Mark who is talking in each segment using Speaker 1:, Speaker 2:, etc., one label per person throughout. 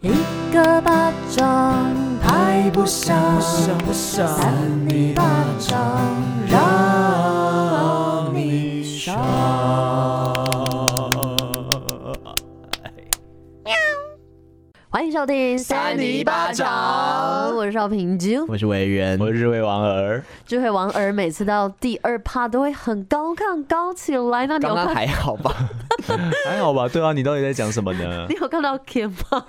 Speaker 1: 一个巴掌拍不响，
Speaker 2: 不想
Speaker 1: 扇你巴掌让你爽。
Speaker 3: 嗯
Speaker 1: 欢迎收听《
Speaker 2: 扇你巴掌
Speaker 1: 我是邵平啾，
Speaker 2: 我是委员，
Speaker 3: 我是魏王儿，
Speaker 1: 智慧王儿每次到第二趴都会很高亢高起来，那你有
Speaker 2: 刚刚
Speaker 1: 看
Speaker 2: 还好吧？
Speaker 3: 还好吧？对啊，你到底在讲什么呢
Speaker 1: 你？有看到 Kim 吗？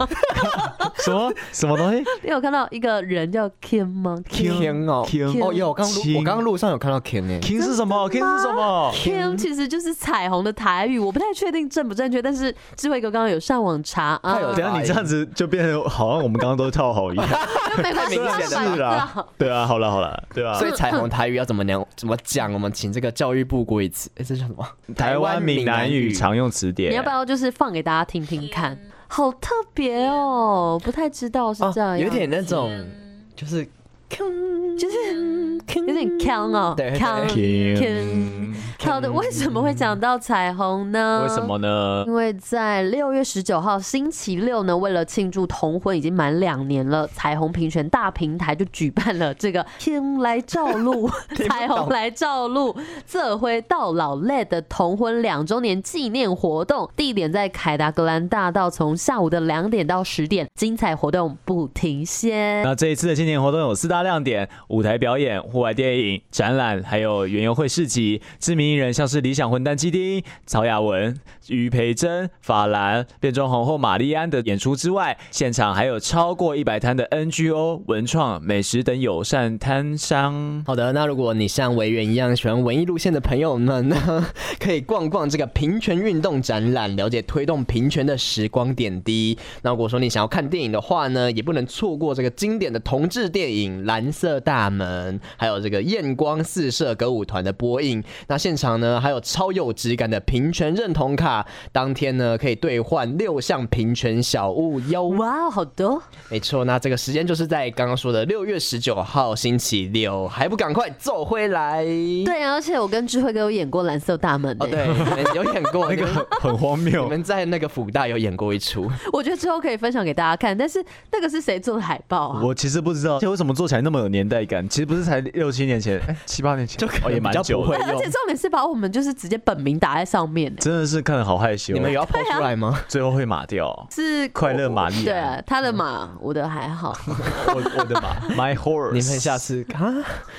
Speaker 3: 什么什么东西？
Speaker 1: 你有看到一个人叫 Kim 吗
Speaker 2: King 哦
Speaker 3: King
Speaker 2: 哦，有我刚路
Speaker 3: 亲
Speaker 2: 我刚路上有看到 King 哎、
Speaker 3: King 是什么？King 是什么？
Speaker 1: Kim 其实就是彩虹的台语，我不太确定正不正确，但是智慧哥刚刚有上网查啊，
Speaker 2: 他有
Speaker 3: 等一下你这样子就变成好像我们刚刚都套好一样，
Speaker 1: 就没关系
Speaker 2: 太明
Speaker 1: 他
Speaker 2: 显
Speaker 1: 知
Speaker 2: 了
Speaker 1: 道
Speaker 3: 是啦，对啊，好了好了，对啊
Speaker 2: 所，以彩虹台语要怎么讲？怎么讲？我们请这个教育部国语词，哎、这叫什么？
Speaker 3: 台湾闽南语常用词典，
Speaker 1: 你要不要就是放给大家听听看？好特别哦，不太知道是
Speaker 2: 哦
Speaker 1: 这样，
Speaker 2: 有点那种就是
Speaker 1: 就是有点 Kang 哦
Speaker 2: 对对嗯
Speaker 1: ，Kang。
Speaker 3: King？
Speaker 1: 好的，为什么会讲到彩虹呢？
Speaker 3: 为什？么呢？
Speaker 1: 因为在六月十九号星期六呢，为了庆祝同婚已经满两年了，彩虹平权大平台就举办了这 个“天来照 路，彩虹来照路，这回到老累”的同婚两周年纪念活动，地点在凯达格兰大道，从下午的两点到十点，精彩活动不停歇。
Speaker 3: 那这一次的庆典活动有四大亮点：舞台表演、户外电影、展览，还有园游会市集。知名艺人像是理想混蛋基丁、曹雅文、于培珍、法兰、变装皇后玛丽安的演出之外，现场还有超过一百摊的 NGO、文创、美食等友善摊商。
Speaker 2: 好的，那如果你像维园一样喜欢文艺路线的朋友们呢， 可以逛逛这个平权运动展览，了解推动平权的时光点滴。那如果说你想要看电影的话呢，也不能错过这个经典的同志电影《蓝色大门》，还有这个艳光四射歌舞团的播映。那现场呢，还有超有质感的平权认同卡，当天呢可以兑换六项平权小物哟。
Speaker 1: 哇，好多！
Speaker 2: 没错，那这个时间就是在刚刚说的六月十九号星期六，还不赶快走回来？对，
Speaker 1: 对啊，而且我跟智慧哥有演过《蓝色大门、欸》
Speaker 2: 哦 对，你们有演过那个，
Speaker 3: 很荒
Speaker 2: 你
Speaker 3: 谬，
Speaker 2: 们在那个福大有演过一出，
Speaker 1: 我觉得之后可以分享给大家看。但是那个是谁做的海报啊？
Speaker 3: 我其实不知道，而且为什么做起来那么有年代感？其实不是才六七年前，哎、七八年前，
Speaker 2: 就可
Speaker 3: 哦
Speaker 2: 能
Speaker 3: 也
Speaker 2: 比
Speaker 3: 蛮
Speaker 2: 较
Speaker 3: 久
Speaker 2: 不会
Speaker 3: 的，
Speaker 1: 而
Speaker 2: 用
Speaker 1: 且。重点是把我们就是直接本名打在上面、欸，
Speaker 3: 真的是看得好害羞。哦
Speaker 2: 你们有要抛出来 吗？
Speaker 3: 最后会码掉。哦
Speaker 1: 是
Speaker 3: 快乐玛丽安
Speaker 1: 对啊，他的马，我的还好。
Speaker 3: 我我 的妈，My horse！
Speaker 2: 你们下次啊，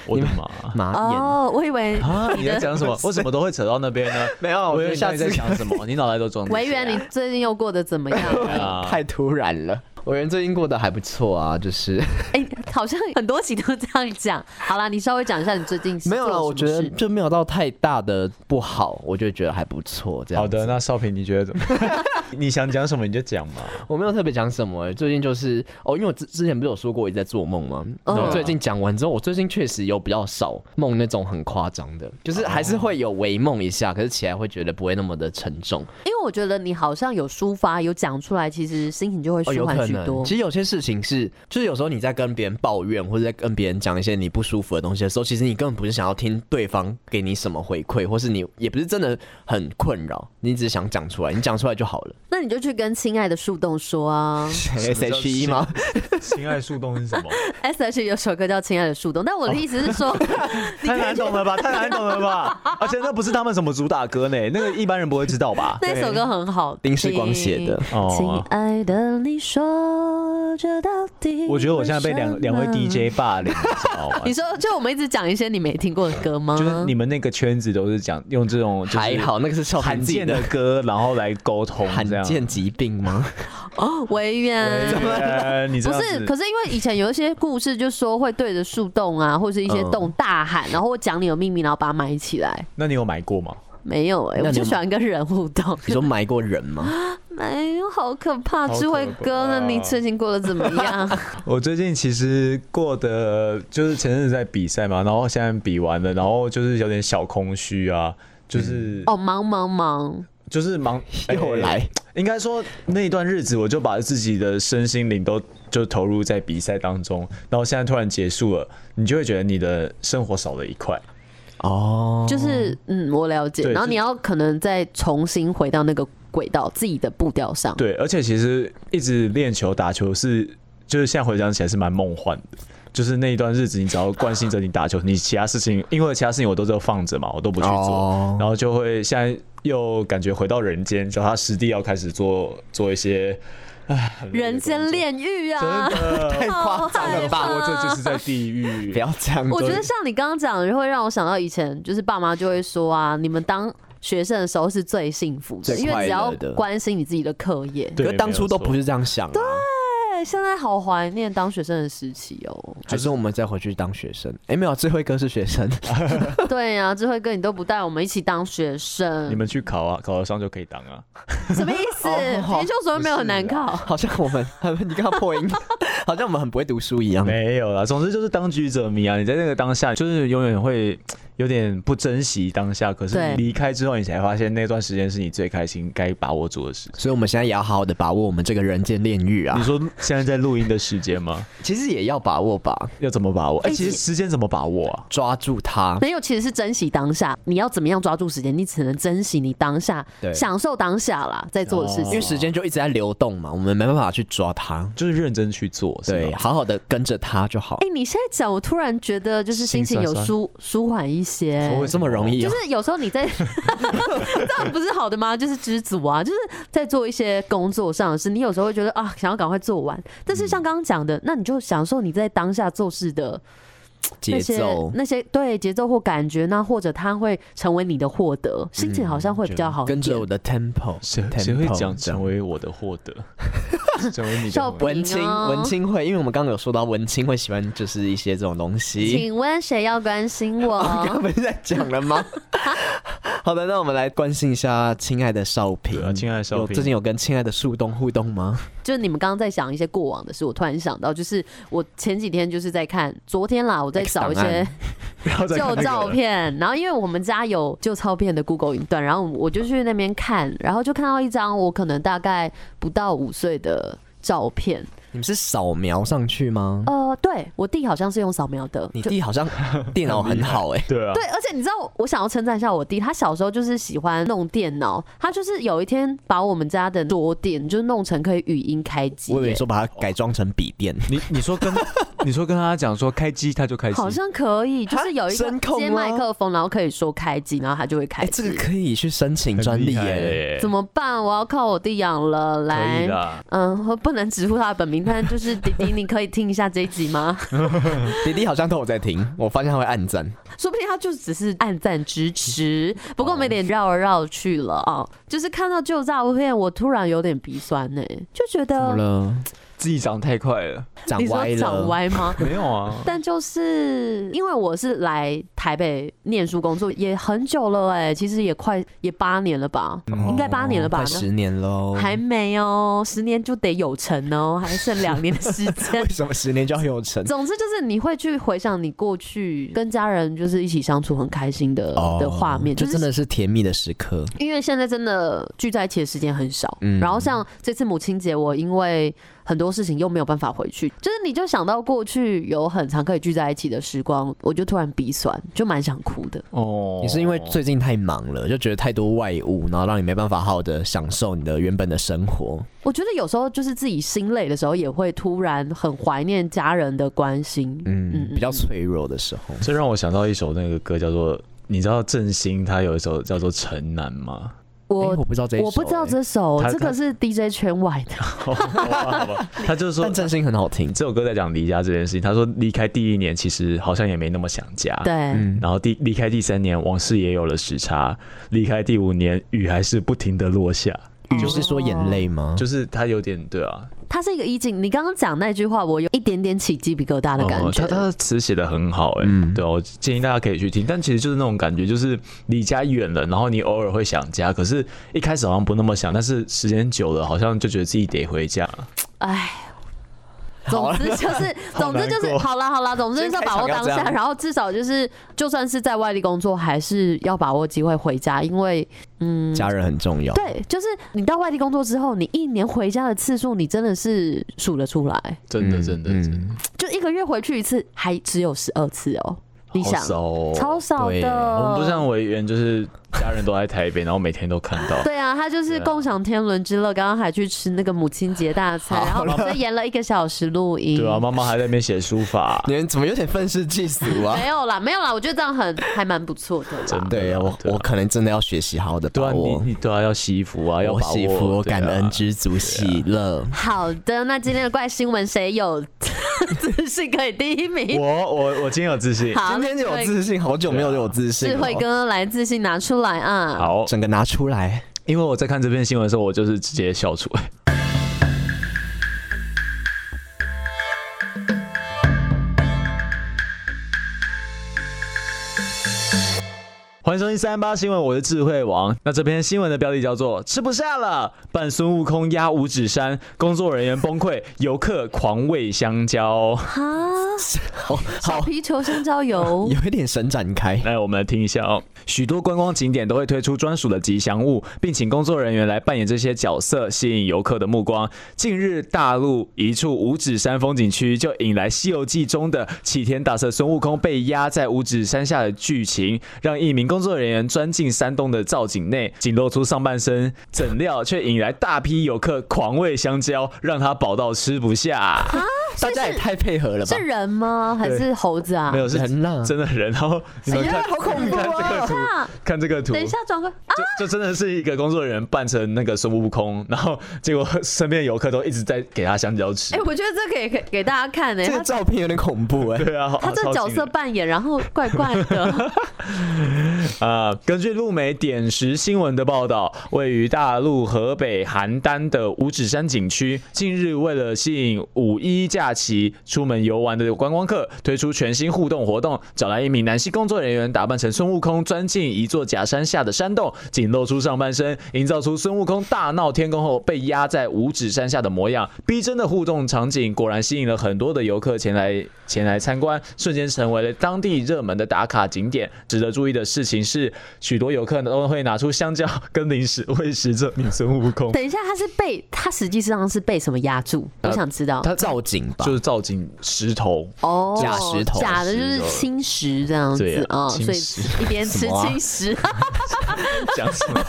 Speaker 3: 我的妈
Speaker 2: 马演、
Speaker 1: 哦，我以 为
Speaker 3: 啊！你在 讲什么？为什么都会扯到那边呢？
Speaker 2: 没有我
Speaker 3: 我
Speaker 2: 觉
Speaker 3: 以
Speaker 2: 得
Speaker 3: 为
Speaker 2: 下
Speaker 3: 你
Speaker 2: 次
Speaker 3: 在想什么？你脑袋 都装。
Speaker 1: 维园，你啊最近又过得怎么样？
Speaker 3: 啊
Speaker 2: 太突然了。我人最近过得还不错啊，就是
Speaker 1: 哎，好像很多集都这样讲。好啦，你稍微讲一下你最近
Speaker 2: 没有
Speaker 1: 做
Speaker 2: 啦，
Speaker 1: 了
Speaker 2: 我觉
Speaker 1: 什么
Speaker 2: 得
Speaker 1: 事
Speaker 2: 就没有到太大的不好，我就觉得还不错这样。
Speaker 3: 好的，，那少平你觉得 怎么？你想讲什么你就讲嘛。
Speaker 2: 我没有特别讲什么、欸，最近就是哦，因为我之之前不是有说过我一直在做梦吗？
Speaker 1: 嗯
Speaker 2: 然后最近讲完之后，我最近确实有比较少梦那种很夸张的，就是还是会有微梦一下，可是起来会觉得不会那么的沉重。
Speaker 1: 因为我觉得你好像有抒发，有讲出来，其实心情就会
Speaker 2: 哦，
Speaker 1: 舒
Speaker 2: 有
Speaker 1: 缓
Speaker 2: 可
Speaker 1: 许
Speaker 2: 能。
Speaker 1: 多
Speaker 2: 其。实有些事情是，就是有时候你在跟别人抱怨或者在跟别人讲一些你不舒服的东西的时候，其实你根本不是想要听对方给你什么回馈，或是你也不是真的很困扰，你只是想讲出来，你讲出来就好 了。
Speaker 1: 那你就去跟亲爱的树洞说啊。
Speaker 2: S H E 吗？
Speaker 3: 情爱树洞是什么？
Speaker 1: S H 有首歌叫《亲爱的树洞》，但我的意思是 说，你
Speaker 3: 太
Speaker 1: 可
Speaker 3: 难
Speaker 1: 以
Speaker 3: 懂了吧？太难懂了吧？而且那不是他们什么主打歌呢？那个一般人不会知道吧？
Speaker 1: 那首歌很好听，
Speaker 2: 林世光写的。
Speaker 3: 哦
Speaker 1: 亲爱的，你说这到底？
Speaker 3: 我觉得我现在被两两位。DJ 霸凌，你知道吗
Speaker 1: 你？说，就我们一直讲一些你没听过的歌吗？
Speaker 3: 就是你们那个圈子都是讲用这种就是
Speaker 2: 还好，那个是少
Speaker 3: 罕
Speaker 2: 平自己
Speaker 3: 见的歌，然后来沟通
Speaker 2: 罕
Speaker 3: 这样。
Speaker 2: 见疾病 吗？
Speaker 1: 哦，维园。
Speaker 3: 呃，你这
Speaker 1: 不
Speaker 3: 样
Speaker 1: 是，
Speaker 3: 子
Speaker 1: 可是因为以前有一些故事，就说会对着树洞啊，或是一些洞大喊，然后我讲你有秘密，然后把它埋起来。
Speaker 3: 那你有买过吗？
Speaker 1: 没有哎、
Speaker 2: 那
Speaker 1: 我
Speaker 2: 你
Speaker 1: 就喜欢跟人互动。
Speaker 2: 你说埋过人吗？
Speaker 1: 没有，欸好可怕！
Speaker 3: 好可怕
Speaker 1: 智慧哥，那你最近过得怎么 样？
Speaker 3: 我最近其实过得就是前阵子在比赛嘛，然后现在比完了，然后就是有点小空虚啊，就是、
Speaker 1: 哦，忙忙忙，
Speaker 3: 就是忙
Speaker 2: 嗯
Speaker 3: 哎
Speaker 2: 又来，
Speaker 3: 应该说那一段日子，我就把自己的身心灵都就投入在比赛当中，然后现在突然结束了，你就会觉得你的生活少了一块。
Speaker 2: 哦，
Speaker 1: 就是嗯，我了解。
Speaker 3: 对
Speaker 1: 然后
Speaker 3: 就
Speaker 1: 你要可能再重新回到那个轨道、自己的步调上。
Speaker 3: 对，而且其实一直练球打球是，就是现在回想起来是蛮梦幻的。就是那一段日子，你只要关心着你打球，你其他事情，因为其他事情我都在放着嘛，我都不去做，
Speaker 2: 哦
Speaker 3: 然后就会现在又感觉回到人间，脚踏实地要开始做做一些，唉，很累的
Speaker 1: 人间
Speaker 3: 工作
Speaker 1: 炼狱啊！
Speaker 3: 真的
Speaker 2: 太夸张了吧
Speaker 1: 好
Speaker 3: 活
Speaker 1: 害怕
Speaker 3: 着就是在地狱
Speaker 2: 不。要这样子。
Speaker 1: 我觉得像你刚刚讲的，会让我想到以前，就是爸妈就会说啊，你们当学生的时候是最幸福的，
Speaker 2: 最
Speaker 1: 因为只要
Speaker 2: 快乐的
Speaker 1: 关心你自己的课业。
Speaker 3: 对
Speaker 2: 可是当初都不是这样想、啊，
Speaker 1: 对，现在好怀念当学生的时期哦。
Speaker 2: 还是我们再回去当学生？哎、没有，智慧哥是 学生，
Speaker 1: 哦对啊呀、智慧哥，你都不带我们一起当学生，
Speaker 3: 你们去考啊，考得上就可以当啊。
Speaker 1: 什么意思？
Speaker 2: 哦好
Speaker 1: 研究所又没有很难考。
Speaker 2: 好像我们， 你刚刚破 音，好像我们很不会读书一样。
Speaker 3: 没有啦，总之就是当局者迷啊！你在那个当下，就是永远会有点不珍惜当下，可是
Speaker 1: 对
Speaker 3: 离开之后，你才发现那段时间是你最开心、该把握住的事。
Speaker 2: 所以，我们现在也要好好的把握我们这个人间炼狱啊
Speaker 3: 你！说现在在录音的时间吗？
Speaker 2: 其实也要把握吧，
Speaker 3: 要怎么把握？哎、
Speaker 1: 哎
Speaker 3: 其实
Speaker 1: 其
Speaker 3: 时间怎么把握啊？
Speaker 2: 抓住它。
Speaker 1: 没有，其实是珍惜当下。你要怎么样抓住时间？你只能珍惜你当下
Speaker 2: 对，
Speaker 1: 享受当下啦，在做的事
Speaker 2: 因为
Speaker 1: 情。
Speaker 2: 时间就一直在流动嘛，我们没办法去抓它。
Speaker 3: 就是认真去做，是啊
Speaker 2: 对，
Speaker 3: 吧
Speaker 2: 好好的跟着它就好。
Speaker 1: 哎、你现在讲，我突然觉得就是心情有
Speaker 3: 心酸酸
Speaker 1: 舒舒缓一些。
Speaker 2: 不会这么容易、
Speaker 1: 就
Speaker 2: 啊，
Speaker 1: 是有时候你在， 这样不是好的吗？就是知足啊，就是在做一些工作上的事，你有时候会觉得啊，想要赶快做完。但
Speaker 2: 嗯
Speaker 1: 是像刚刚讲的，那你就享受你在当下做事的那
Speaker 2: 节
Speaker 1: 些
Speaker 2: 奏
Speaker 1: 那些对节奏或感觉，那或者它会成为你的获得，心情好像会比较好一点。
Speaker 2: 嗯跟着我的 tempo，
Speaker 3: 谁
Speaker 2: tempo
Speaker 3: 谁会讲
Speaker 2: 这样
Speaker 3: 成为我的获 得，成为你的
Speaker 1: 少
Speaker 3: 获得
Speaker 1: 不
Speaker 2: 文青
Speaker 1: 赢哦
Speaker 2: 文青会，因为我们刚刚有说到文青会喜欢就是一些这种东西。
Speaker 1: 请问谁要关心
Speaker 2: 哦刚刚
Speaker 1: 我？
Speaker 2: 不是在讲了吗？ 好的，那我们来关心一下亲爱的少平
Speaker 3: 对啊，亲爱的少
Speaker 2: 有
Speaker 3: 平
Speaker 2: 最近有跟亲爱的树洞互动吗？
Speaker 1: 就是你们刚刚在想一些过往的事，我突然想到，就是我前几天就是在看，昨天啦，我在
Speaker 2: X
Speaker 1: 找一
Speaker 2: 档
Speaker 1: 些
Speaker 2: 案
Speaker 3: 不要再看
Speaker 1: 旧
Speaker 3: 那个
Speaker 1: 照
Speaker 3: 了。
Speaker 1: 片，然后因为我们家有旧照片的 Google 云端，然后我就去那边看，然后就看到一张我可能大概不到五岁的照片。
Speaker 2: 你们是扫描上去吗？
Speaker 1: 呃，对我弟好像是用扫描的，
Speaker 2: 你
Speaker 1: 就
Speaker 2: 弟好像电脑很好哎、
Speaker 3: 对啊，
Speaker 1: 对，而且你知道，我想要称赞一下我弟，他小时候就是喜欢弄电脑，他就是有一天把我们家的桌垫就弄成可以语音开机耶，
Speaker 2: 我以为说把它改装成笔电，
Speaker 3: 你你说 跟你说跟他讲说开机，他就开机，
Speaker 1: 好像可以，就是有一
Speaker 2: 声
Speaker 1: 个
Speaker 2: 控
Speaker 1: 接
Speaker 2: 吗
Speaker 1: 麦克风，然后可以说开机，然后他就会
Speaker 2: 哎、
Speaker 1: 开
Speaker 2: 这
Speaker 1: 机
Speaker 2: 个。可以去申请
Speaker 3: 很
Speaker 2: 专利
Speaker 3: 厉害
Speaker 2: 耶、
Speaker 3: 耶
Speaker 1: 怎么办？我要靠我弟养了，
Speaker 3: 可
Speaker 1: 来
Speaker 2: 啊
Speaker 3: 以，的，
Speaker 1: 嗯，我不能直呼他的本名，但就是 迪迪，你可以听一下这一集吗？
Speaker 2: 弟弟好像都有在听，我发现他会暗赞。
Speaker 1: 说不定他就只是暗赞支持。不过我们有点绕来绕去了啊、哦就是看到旧照片，我突然有点鼻酸呢、欸就觉
Speaker 2: 好
Speaker 1: 得
Speaker 2: 了，
Speaker 3: 自己长太快了，
Speaker 2: 长
Speaker 1: 呃你说
Speaker 2: 歪了，
Speaker 1: 长歪吗？
Speaker 3: 没有啊，
Speaker 1: 但就是因为我是来台北念书工作也很久了哎、其实也快也八年了吧，
Speaker 3: 嗯
Speaker 1: 应该八年了吧
Speaker 2: 哦快？十年喽。
Speaker 1: 还没哦，十年就得有成哦，还剩两年的时间
Speaker 2: 为。什么十年就要有成？
Speaker 1: 总之就是你会去回想你过去跟家人就是一起相处很开心的、的画面，
Speaker 2: 哦就
Speaker 1: 就
Speaker 2: 真
Speaker 1: 是
Speaker 2: 的是甜蜜的时刻。
Speaker 1: 因为现在真的聚在一起的时间很少。
Speaker 2: 嗯
Speaker 1: 然后像这次母亲节，我因为很多事情又没有办法回去，就是你就想到过去有很长可以聚在一起的时光，我就突然鼻酸，就蛮想哭的。
Speaker 3: 哦，
Speaker 2: 也是因为最近太忙了，就觉得太多外物，然后让你没办法好好的享受你的原本的生活。
Speaker 1: 我觉得有时候就是自己心累的时候，也会突然很怀念家人的关心。
Speaker 2: 嗯，比较脆弱的时候，
Speaker 3: 这让我想到一首那个歌叫做，你知道郑兴他有一首叫做《城南》吗？
Speaker 2: 诶
Speaker 1: 我
Speaker 2: 我不知道哎这一首、哎
Speaker 1: 我不知道
Speaker 2: 诶，
Speaker 1: 这首，
Speaker 3: 他
Speaker 1: 这个
Speaker 3: 他
Speaker 1: 是 DJ 圈外
Speaker 2: 啊
Speaker 1: 的。
Speaker 3: 好吧好吧他就是说
Speaker 2: 但真心很好听。
Speaker 3: 这首歌在讲离家这件事情。他说离开第一年其实好像也没那么想家，
Speaker 1: 对，
Speaker 2: 嗯，
Speaker 3: 然后第离开第三年往事也有了时差，离开第五年雨还是不停的落下，
Speaker 2: 雨是说眼泪吗？
Speaker 3: 就是他有点对啊，
Speaker 1: 它是一个意境。你刚刚讲那句话，我有一点点起鸡皮疙瘩的感
Speaker 3: 哦
Speaker 1: 觉。
Speaker 3: 他他的词写的很好哎、
Speaker 2: 嗯
Speaker 3: 对啊、我建议大家可以去听。但其实就是那种感觉，就是离家远了，然后你偶尔会想家，可是一开始好像不那么想，但是时间久了，好像就觉得自己得回家。
Speaker 1: 哎。总之就是，总之就是，
Speaker 3: 好难过
Speaker 1: 好啦好啦，总之就是要把握当
Speaker 2: 今
Speaker 1: 下，
Speaker 2: 天开场要这样
Speaker 1: 然后至少就是，就算是在外地工作，还是要把握机会回家，因为
Speaker 2: 家人很重要。
Speaker 1: 对，就是你到外地工作之后，你一年回家的次数，你真的是数得出来，
Speaker 3: 真的，
Speaker 2: 嗯
Speaker 3: 真的，真的。
Speaker 2: 嗯
Speaker 1: 就一个月回去一次，还只有十二次哦、理
Speaker 3: 好
Speaker 1: 想
Speaker 3: 少哦，
Speaker 1: 超少
Speaker 2: 对
Speaker 1: 的。
Speaker 3: 我们不像委员，就是家人都在台北，然后每天都看到。
Speaker 1: 对啊，他就是
Speaker 3: 对啊
Speaker 1: 共享天伦之乐。刚刚还去吃那个母亲节大餐，然后我们就延了一个小时录音。
Speaker 3: 对啊，妈妈还在那边写书法，
Speaker 2: 你们怎么有点愤世嫉俗啊？
Speaker 1: 没有啦，没有啦，我觉得这样很还蛮不错的
Speaker 3: 真
Speaker 1: 啦。
Speaker 3: 的
Speaker 2: 对
Speaker 3: 啊
Speaker 2: 我，
Speaker 3: 对啊
Speaker 2: 我可能真的要学习好好的
Speaker 3: 对
Speaker 2: 把
Speaker 3: 啊，你
Speaker 2: 握，
Speaker 3: 你对啊，要惜福啊，要
Speaker 2: 我
Speaker 3: 把握。
Speaker 2: 媳福，我
Speaker 3: 对啊
Speaker 2: 感恩知足，喜乐。
Speaker 1: 好的，那今天的怪新闻谁有 自信可以第一名？
Speaker 3: 我我我今天有自信。
Speaker 1: 好，
Speaker 2: 今天
Speaker 1: 那
Speaker 2: 有
Speaker 1: 智慧
Speaker 2: 自信，哦好久没有有自信了，哦
Speaker 1: 智慧跟来自信拿出来啊！
Speaker 3: 好，
Speaker 2: 整个拿出来。
Speaker 3: 因为我在看这篇新闻的时候，我就是直接笑出来。欢迎收听三八新闻，我是智慧王。那这篇新闻的标题叫做“吃不下了”，扮孙悟空压五指山，工作人员崩溃，游客狂喂香蕉。
Speaker 1: 啊，小
Speaker 2: 好好，
Speaker 1: 皮球香蕉油
Speaker 2: 有一点神展开。
Speaker 3: 来，我们来听一下哦。许多观光景点都会推出专属的吉祥物，并请工作人员来扮演这些角色，吸引游客的目光。近日，大陆一处五指山风景区就引来《西游记》中的齐天大圣孙悟空被压在五指山下的剧情，让一名工作人员钻进山洞的造景内，仅露出上半身，怎料却引来大批游客狂喂香蕉，让他饱到吃不下。
Speaker 2: 大家也太配合了吧
Speaker 1: 是？人吗？还是猴子啊
Speaker 3: 没？有是
Speaker 2: 人啊
Speaker 3: 真的人。然后你们
Speaker 2: 哎呀
Speaker 3: 看，
Speaker 2: 好恐怖
Speaker 3: 看这个
Speaker 2: 啊
Speaker 3: 图，
Speaker 1: 啊，
Speaker 3: 看这个图。
Speaker 1: 等一下转过啊，
Speaker 3: 就就真的是一个工作人员扮成那个孙悟空，然后结果身边的游客都一直在给他香蕉吃
Speaker 1: 哎，。我觉得这可以给给大家看呢。
Speaker 2: 这个
Speaker 1: 他
Speaker 2: 照片有点恐怖哎。
Speaker 3: 对啊，好
Speaker 1: 他这
Speaker 3: 超
Speaker 1: 角
Speaker 3: 惊
Speaker 1: 色
Speaker 3: 人
Speaker 1: 扮演，然后怪怪的，
Speaker 3: 啊，根据路媒点石新闻的报道，位于大陆河北邯郸的五指山景区，近日为了吸引五一假期出门游玩的观光客，推出全新互动活动，找来一名男性工作人员，打扮成孙悟空，钻进一座假山下的山洞，仅露出上半身，营造出孙悟空大闹天宫后被压在五指山下的模样。逼真的互动场景果然吸引了很多的游客前来前来参观，瞬间成为了当地热门的打卡景点。值得注意的事情是，许多游客都会拿出香蕉跟零食喂食这名孙悟 空，
Speaker 1: 等一下，他是被他实际上是被什么压住？我想知道。
Speaker 2: 呃他造景吧
Speaker 3: 就，是造景石头。
Speaker 1: 哦，
Speaker 2: 假石头
Speaker 1: 假的就是
Speaker 3: 石头
Speaker 1: 青石这样
Speaker 3: 对
Speaker 1: 子
Speaker 3: 啊
Speaker 1: 啊，
Speaker 3: 青
Speaker 1: 所以
Speaker 3: 石
Speaker 1: 一边吃
Speaker 2: 什么啊
Speaker 1: 青石，
Speaker 3: 讲什么？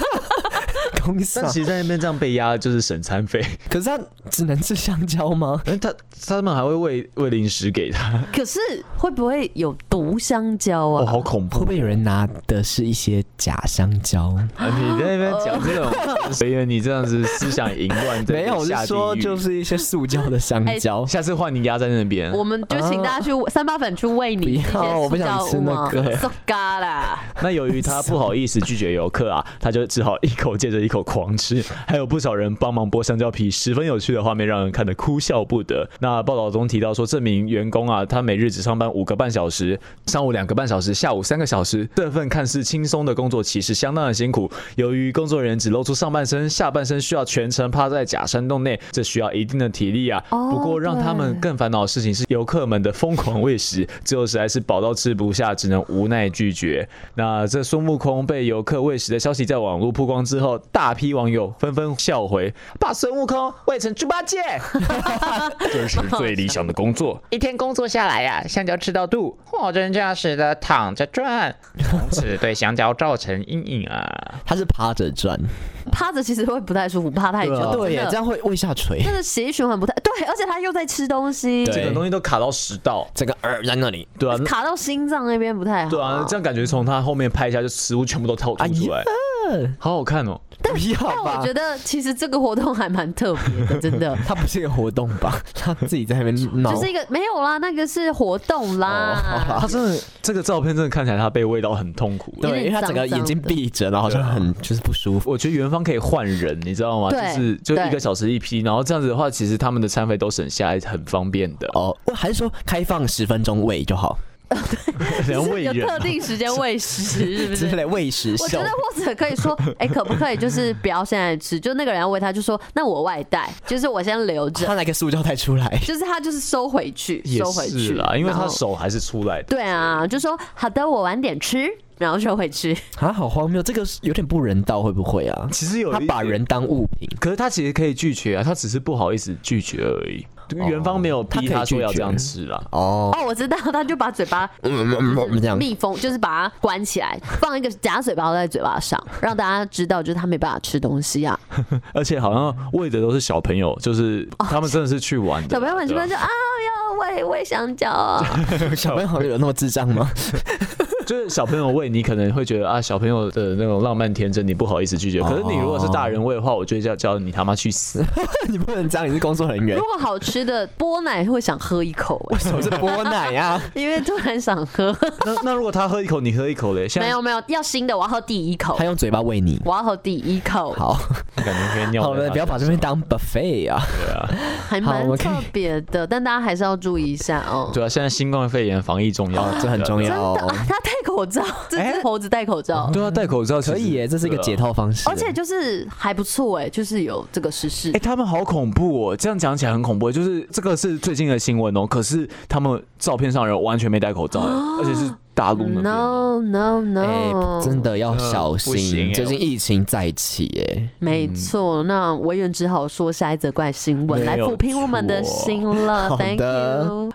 Speaker 2: 公司
Speaker 3: 但
Speaker 2: 啊。
Speaker 3: 其实在那边这样被压就是省餐 费，
Speaker 2: 可是他只能吃香蕉吗？
Speaker 3: 但哎他他们还会喂喂零食给 他，
Speaker 1: 可是会不会有毒香蕉
Speaker 3: 哦，
Speaker 1: 啊？
Speaker 3: 好恐
Speaker 2: 会
Speaker 3: 怖！
Speaker 2: 不会有人拿的是一些假香蕉？
Speaker 3: 啊你在那边讲这种， 所以你这样子思想淫乱，
Speaker 2: 没有，我是
Speaker 3: 下地
Speaker 2: 说
Speaker 3: 狱
Speaker 2: 就是一些塑胶的香蕉。
Speaker 3: 下次换你压在那边。
Speaker 1: 我们就请大家去三八粉去喂你
Speaker 2: 啊不
Speaker 1: 这些塑
Speaker 2: 要我不想
Speaker 1: 胶
Speaker 2: 吃
Speaker 1: 物
Speaker 2: 那
Speaker 1: 啊
Speaker 2: 个，
Speaker 1: 塑胶啦。
Speaker 3: 那由于他不好意思拒绝游客啊，他就只好一口接着一口狂吃，还有不少人帮忙剥香蕉皮，十分有趣的画面让人看得哭笑不得。那报道中提到说，这名员工啊，他每日只上班五个半小时，上午两个半小时，下午三个小时，这份看似轻松的工作其实相当的辛苦。由于工作人员只露出上半身，下半身需要全程趴在假山洞内，这需要一定的体力啊。
Speaker 1: 哦
Speaker 3: 不过让他们
Speaker 1: 对
Speaker 3: 更烦恼的事情是，游客们的疯狂喂食， 最后实在是饱到吃不下，只能无奈拒绝。那这孙悟空被游客喂食的消息在网络曝光之后，大批网友纷纷笑回，把孙悟空喂成猪八戒，这是最理想的工作。
Speaker 4: 一天工作下来呀、香蕉吃到肚，货真价实的躺着赚，从此对香蕉造成阴影啊。
Speaker 2: 它是趴着转，
Speaker 1: 趴着其实会不太舒服，趴太久，
Speaker 2: 对耶
Speaker 1: 真，的
Speaker 2: 这样会胃下垂
Speaker 1: 那，个血液循环不太对，而且他又在吃东西，
Speaker 2: 对
Speaker 3: 整个东西都卡到食道，
Speaker 2: 整个饵在那里。
Speaker 3: 对啊，那
Speaker 1: 卡到心脏那边不太好。
Speaker 3: 对 啊，这样感觉从他后面拍一下，就食物全部都透吐出来，好好看哦。
Speaker 2: 不要
Speaker 1: 但
Speaker 2: 吧。
Speaker 1: 我觉？得其实这个活动还蛮特别的，真的
Speaker 2: 它不是一个活动吧？它自己在那边闹
Speaker 1: 就。是一个没有啦，那个是活动
Speaker 3: 哦
Speaker 1: 啦。
Speaker 3: 他真的这个照片真的看起来他被喂到很痛苦。
Speaker 1: 有
Speaker 2: 对，
Speaker 1: 点
Speaker 2: 因为它整个眼睛闭着，然后好像很就是不舒服。
Speaker 3: 我觉得园方可以换人，你知道吗？就
Speaker 1: 对
Speaker 3: 是就
Speaker 1: 对
Speaker 3: 一个小时一批，然后这样子的话，其实他们的餐费都省下来，很方便 的。
Speaker 2: 哦，还是说开放十分钟喂就好，
Speaker 3: 然后
Speaker 1: 是
Speaker 3: 喂
Speaker 1: 有
Speaker 3: 人啊
Speaker 1: 特定时间喂食，是不
Speaker 2: 之
Speaker 1: 是？
Speaker 2: 类喂食
Speaker 1: 我觉
Speaker 2: 秀
Speaker 1: 得。或者可以说，哎、可不可以就是不要现在吃？就那个人要喂他，就说那我外带，就是我先留着
Speaker 2: 他，拿个塑胶袋出来，
Speaker 1: 就是他就是收回去，
Speaker 3: 啊也
Speaker 1: 收回
Speaker 3: 是
Speaker 1: 去
Speaker 3: 啦，因为
Speaker 1: 然
Speaker 3: 他
Speaker 1: 后
Speaker 3: 手还是出来的。
Speaker 1: 对啊，就说好的，我晚点吃，然后收回 去。
Speaker 2: 啊，好荒谬！这个是有点不人道，会不会 啊？
Speaker 3: 其实有
Speaker 2: 他
Speaker 3: 一
Speaker 2: 把
Speaker 3: 点
Speaker 2: 人当物品，
Speaker 3: 可是他其实可以拒绝啊，他只是不好意思拒绝而已。园方没有逼
Speaker 2: 他可以
Speaker 3: 他说
Speaker 2: 拒
Speaker 3: 要
Speaker 2: 绝
Speaker 3: 这样吃啦。
Speaker 2: 哦，
Speaker 1: 哦，我知道，他就把嘴巴
Speaker 2: 嗯嗯嗯， 这样
Speaker 1: 密封，就是把它关起来，放一个假水包在嘴巴上，让大家知道就是他没办法吃东西啊。
Speaker 3: 而且好像喂的都是小朋友，就是他们真的是去玩的。
Speaker 1: 哦小朋友们这
Speaker 3: 对吧
Speaker 1: 边就啊要喂喂香蕉啊，
Speaker 2: 小朋友有那么智障 吗？
Speaker 3: 就是小朋友喂你，可能会觉得啊，小朋友的那种浪漫天真，你不好意思拒绝。可是你如果是大人喂的话，我就会叫叫你他妈去死。
Speaker 2: 你不能这样，你是工作人员
Speaker 1: 如。果好吃的波奶会想喝一口、欸，
Speaker 2: 什么是波奶啊？
Speaker 1: 因为突然想喝。
Speaker 3: 那那如果他喝一口，你喝一口嘞？现
Speaker 1: 没
Speaker 3: 在
Speaker 1: 有没有，要新的，我要喝第一口
Speaker 2: 他，用嘴巴喂你。
Speaker 1: 我要喝第一口，
Speaker 2: 好，
Speaker 3: 感觉可以尿在他身上。
Speaker 2: 好了，不要把这边当 buffet 啊！
Speaker 1: 还
Speaker 2: 好我
Speaker 1: 蛮
Speaker 2: 们可以
Speaker 1: 特别的，但大家还是要注意一下 哦。
Speaker 3: 对啊，现在新冠肺炎防疫重 要
Speaker 2: 哦，，这很重
Speaker 1: 真
Speaker 2: 要哎
Speaker 1: 的
Speaker 2: 哦。
Speaker 1: 啊，他戴口 罩，这只猴子戴口罩。
Speaker 3: 对啊，戴口罩其实
Speaker 2: 可以耶，哦这是一个解。
Speaker 3: 对啊
Speaker 2: 套方式。
Speaker 1: 而且就是还不错哎、就是有这个实事
Speaker 3: 哎、，他们好恐怖哦！这样讲起来很恐怖，就是这个是最近的新闻哦。可是他们照片上人完全没戴口罩，
Speaker 2: 哦
Speaker 3: 而且是大陆那边哦。
Speaker 1: No no
Speaker 2: 哎
Speaker 1: no，、
Speaker 2: 真的要小
Speaker 4: 不行
Speaker 2: 心，
Speaker 4: 耶
Speaker 2: 最近疫情再起耶。
Speaker 1: 没错。那委员只好说下一则怪新闻
Speaker 3: 没
Speaker 1: 来
Speaker 3: 有
Speaker 1: 抚平我们的
Speaker 3: 错
Speaker 1: 心了。
Speaker 2: 好
Speaker 1: Thank
Speaker 2: 的
Speaker 1: you。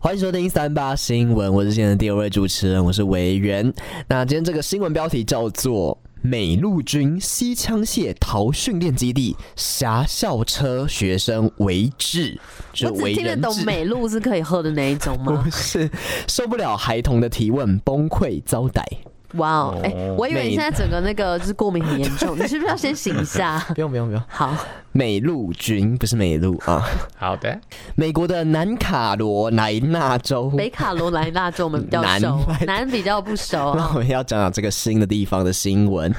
Speaker 2: 欢迎收听三八新闻，我是今天的第二位主持人，我是维园。那今天这个新闻标题叫做“美陆军西枪械逃训练基地狭校车学生为质”，就
Speaker 1: 我
Speaker 2: 是为
Speaker 1: 只听得
Speaker 2: 人
Speaker 1: 懂
Speaker 2: 质。
Speaker 1: 美露是可以喝的那一种吗
Speaker 2: 不？是受不了孩童的提问，崩溃 遭逮。
Speaker 1: 哇哦，哎，我以为
Speaker 2: 美
Speaker 1: 你现在整个那个就是过敏很严 重，你是不是要先醒一下？
Speaker 2: 不用不用不用，
Speaker 1: 好，
Speaker 2: 美陆军不是美陆啊，
Speaker 4: 好的，
Speaker 2: 美国的南卡罗来纳州。
Speaker 1: 北卡罗来纳州我们比较
Speaker 2: 南
Speaker 1: 熟，南比较不 熟
Speaker 2: 那
Speaker 1: 啊。
Speaker 2: 我们要讲讲这个新的地方的新闻。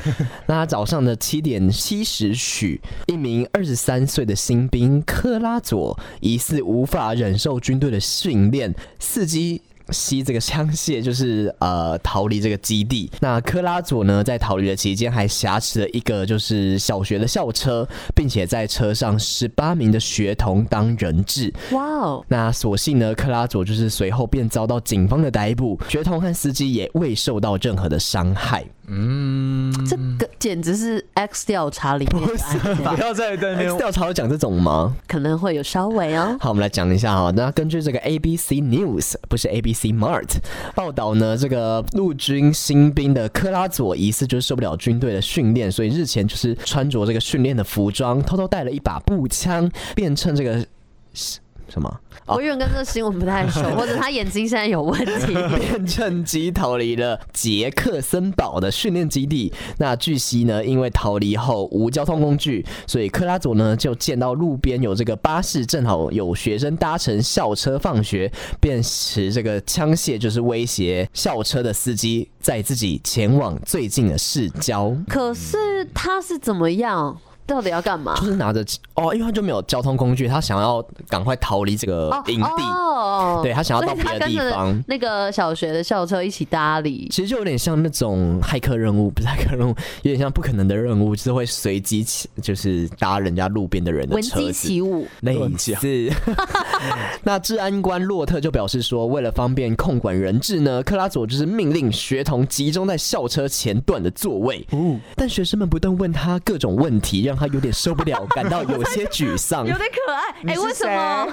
Speaker 2: 那早上的七点七十许，一名二十三岁的新兵克拉佐疑似无法忍受军队的训练，伺机。吸这个枪械就是呃逃离这个基地。那科拉佐呢，在逃离的期间还挟持了一个就是小学的校车，并且在车上十八名的学童当人质。
Speaker 1: 哇哦，
Speaker 2: 那所幸呢，克拉佐就是随后便遭到警方的逮捕，学童和司机也未受到任何的伤害。
Speaker 3: 嗯
Speaker 1: 这个简直是 X 调查里面的案件，
Speaker 2: 嗯
Speaker 3: 不要在那边
Speaker 2: X 调查有讲这种吗？
Speaker 1: 可能会有稍微哦。
Speaker 2: 好，我们来讲一下哈。那根据这个 ABC News，不是 ABC Mart 报道呢，这个陆军新兵的克拉佐疑似就是受不了军队的训练，所以日前就是穿着这个训练的服装，偷偷带了一把步枪，便趁这个什么 哦
Speaker 1: 我远跟这个新闻不太 熟，或者他眼睛现在有问题。
Speaker 2: 便趁机逃离了杰克森堡的训练基地。那据悉呢，因为逃离后无交通工具，所以克拉佐呢就见到路边有这个巴士，正好有学生搭乘校车放学，便持这个枪械就是威胁校车的司机，载自己前往最近的市郊。
Speaker 1: 可是他是怎么样？到底要干嘛？
Speaker 2: 就是拿着哦，因为他就没有交通工具，他想要赶快逃离这个
Speaker 1: 哦
Speaker 2: 营地，
Speaker 1: 哦
Speaker 2: 对他想要到别的地
Speaker 1: 所以他
Speaker 2: 方
Speaker 1: 跟着那个小学的校车一起搭理。
Speaker 2: 其实就有点像那种骇客任务，不是骇客任务，有点像不可能的任务，就是会随机起，就是搭人家路边的人的
Speaker 1: 闻
Speaker 2: 车
Speaker 1: 鸡
Speaker 2: 子。
Speaker 1: 起舞，
Speaker 2: 类
Speaker 3: 乱讲
Speaker 2: 似， 那治安官洛特就表示说，为了方便控管人质呢，克拉佐就是命令学童集中在校车前段的座位。但学生们不断问他各种问题，让他有点受不了，感到有些沮丧
Speaker 1: 有。点可爱。哎、
Speaker 4: 是
Speaker 1: 为什么？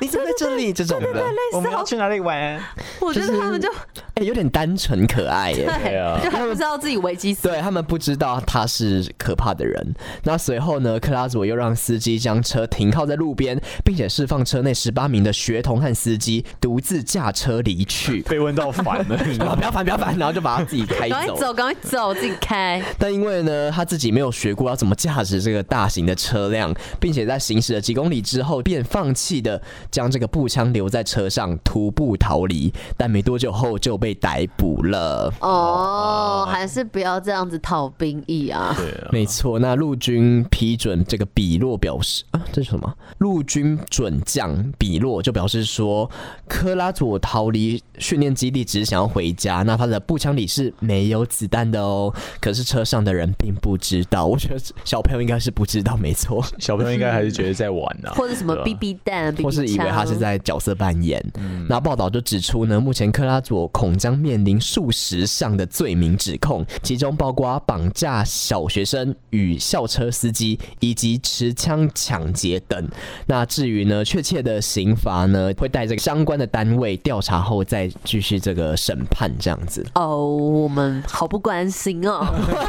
Speaker 2: 你怎么在这里？这 种的，
Speaker 4: 我们要去哪里玩？
Speaker 1: 我觉得他们就哎
Speaker 2: 哎、有点单纯可爱耶。
Speaker 3: 对啊。
Speaker 1: 就还不知道自己危机死。
Speaker 2: 对他们不知道他是可怕的人。那随后呢，克拉佐又让司机将车停靠在路边，并且释放车内十八名的学童和司机，独自驾车离去
Speaker 3: 被问到烦了，你知道
Speaker 2: 啊
Speaker 3: 吗
Speaker 2: 不要烦，不要烦，然后就把他自己开
Speaker 1: 赶快
Speaker 2: 走。
Speaker 1: 走，赶快走，自己开。
Speaker 2: 但因为呢，他自己没有学过要怎么驾驶这个大型的车辆，并且在行驶了几公里之后，便放弃的将这个步枪留在车上，徒步逃离。但没多久后就被逮捕了。
Speaker 1: 哦，还是不要这样子讨兵役啊！
Speaker 2: 没错，那陆军批准这个比洛表示啊，这是什么？陆军准将比洛就表示说，科拉佐逃离训练基地只是想要回家，那他的步枪里是没有子弹的哦。可是车上的人并不知道，我觉得小朋友应该是不知道，没错，
Speaker 3: 小朋友应该还是觉得在玩 啊呢、
Speaker 1: 或者什么
Speaker 3: 对吧
Speaker 1: BB 弹、BB
Speaker 2: 啊或是以为他是
Speaker 1: 枪
Speaker 2: 在角色扮演。那报道就指出呢，目前克拉佐恐将面临数十项的罪名指控，其中包括绑架小学生与校车司机，以及持枪抢劫等。那至于呢，确切的刑罚呢，会带着相关的单位调查后再继续这个审判这样子。
Speaker 1: 哦，我们好不关心哦。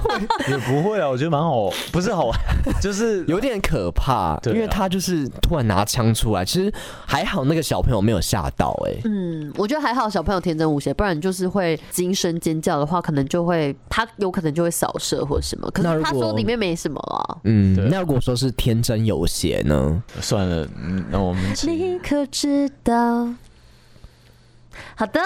Speaker 3: 也不会啊，我觉得蛮好，不是好玩，就是
Speaker 2: 有点可怕，
Speaker 3: 对啊
Speaker 2: 因为他就是突然拿枪出来，其实还好那个小朋友没有吓到、欸，哎、
Speaker 1: 嗯，我觉得还好，小朋友天真无邪，不然就是会惊声尖叫的话，可能就会他有可能就会扫射或什么。可
Speaker 2: 那
Speaker 1: 是
Speaker 2: 如
Speaker 1: 他
Speaker 2: 果
Speaker 1: 说里面没什么啊了。
Speaker 3: 啊
Speaker 2: 嗯，那如果说是天真有邪呢？
Speaker 3: 算了，嗯那我们请
Speaker 1: 你可知道？好的，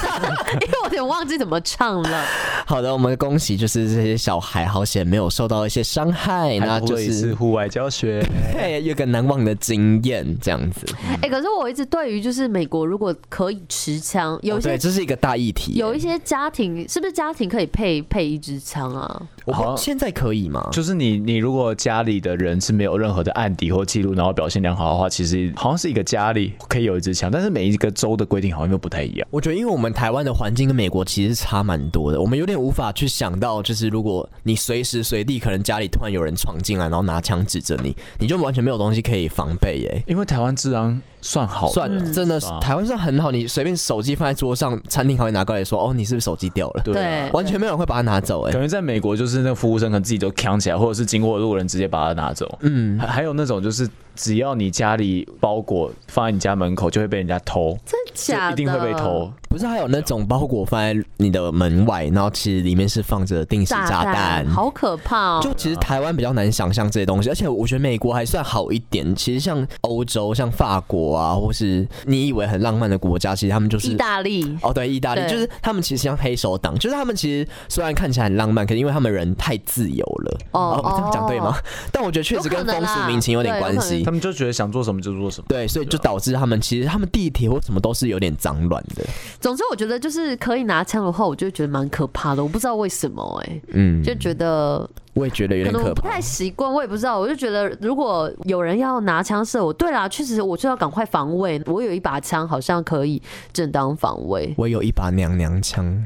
Speaker 1: 因为我有点忘记怎么唱了。
Speaker 2: 好的，我们恭喜，就是这些小孩好险没有受到一些伤害，那
Speaker 3: 还不
Speaker 2: 就
Speaker 3: 会是
Speaker 2: 是
Speaker 3: 户外教学，
Speaker 2: 嘿有个难忘的经验这样子。
Speaker 1: 哎、可是我一直对于就是美国如果可以持枪，有
Speaker 2: 哦
Speaker 1: 一些、
Speaker 2: 对，这是一个大议题。
Speaker 1: 有一些家庭是不是家庭可以配配一支枪啊？
Speaker 2: 我
Speaker 3: 好
Speaker 2: 不现在可以吗？
Speaker 3: 就是你你如果家里的人是没有任何的案底或记录，然后表现良好的话，其实好像是一个家里可以有一支枪，但是每一个州的规定好像又不太一样。
Speaker 2: 我觉得，因为我们台湾的环境跟美国其实差蛮多的，我们有点无法去想到，就是如果你随时随地可能家里突然有人闯进来，然后拿枪指着你，你就完全没有东西可以防备耶。
Speaker 3: 因为台湾治安算好，
Speaker 2: 算
Speaker 1: 嗯
Speaker 2: 了，真的是
Speaker 3: 哦是啊吧
Speaker 2: 台湾是很好，你随便手机放在桌上，餐厅还会拿过来说：“哦，你是不是手机掉了？”
Speaker 3: 对啊
Speaker 2: 完全没有人会把它拿走。哎，
Speaker 3: 感觉在美国就是那个服务生可能自己都扛起来，或者是经过的路人直接把它拿走。嗯，还有那种就是只要你家里包裹放在你家门口，就会被人家偷，
Speaker 1: 真
Speaker 3: 就
Speaker 1: 假的？
Speaker 3: 一定会被偷。
Speaker 2: 不是还有那种包裹放在你的门外，然后其实里面是放着定时炸弹。
Speaker 1: 好可怕哦！
Speaker 2: 就其实台湾比较难想象这些东西，而且我觉得美国还算好一点。其实像欧洲、像法国啊，或是你以为很浪漫的国家，其实他们就是
Speaker 1: 意大利
Speaker 2: 哦，对，意大利
Speaker 1: 对
Speaker 2: 就是他们其实像黑手党，就是他们其实虽然看起来很浪漫，可是因为他们人太自由了。
Speaker 1: 哦
Speaker 2: 哦，我这样讲对吗
Speaker 1: 哦？
Speaker 2: 但我觉得确实
Speaker 1: 有
Speaker 2: 跟
Speaker 1: 可能
Speaker 2: 风
Speaker 1: 啦
Speaker 2: 俗民情有点
Speaker 1: 对有
Speaker 2: 关
Speaker 1: 可啊
Speaker 2: 系
Speaker 3: 他。们就觉得想做什么就做什么。
Speaker 2: 对，所以就导致他们其实他们地铁或什么都是有点脏乱的。
Speaker 1: 总之，我觉得就是可以拿枪的话，我就觉得蛮可怕的。我不知道为什么、哎，
Speaker 2: 嗯，
Speaker 1: 就觉得
Speaker 2: 我也觉得有
Speaker 1: 可
Speaker 2: 点
Speaker 1: 能我
Speaker 2: 可
Speaker 1: 不
Speaker 2: 怕
Speaker 1: 太。习惯，我也不知道。我就觉得如果有人要拿枪射我，对啦，确实我就要赶快防卫。我有一把枪，好像可以正当防卫。
Speaker 2: 我有一把娘娘腔。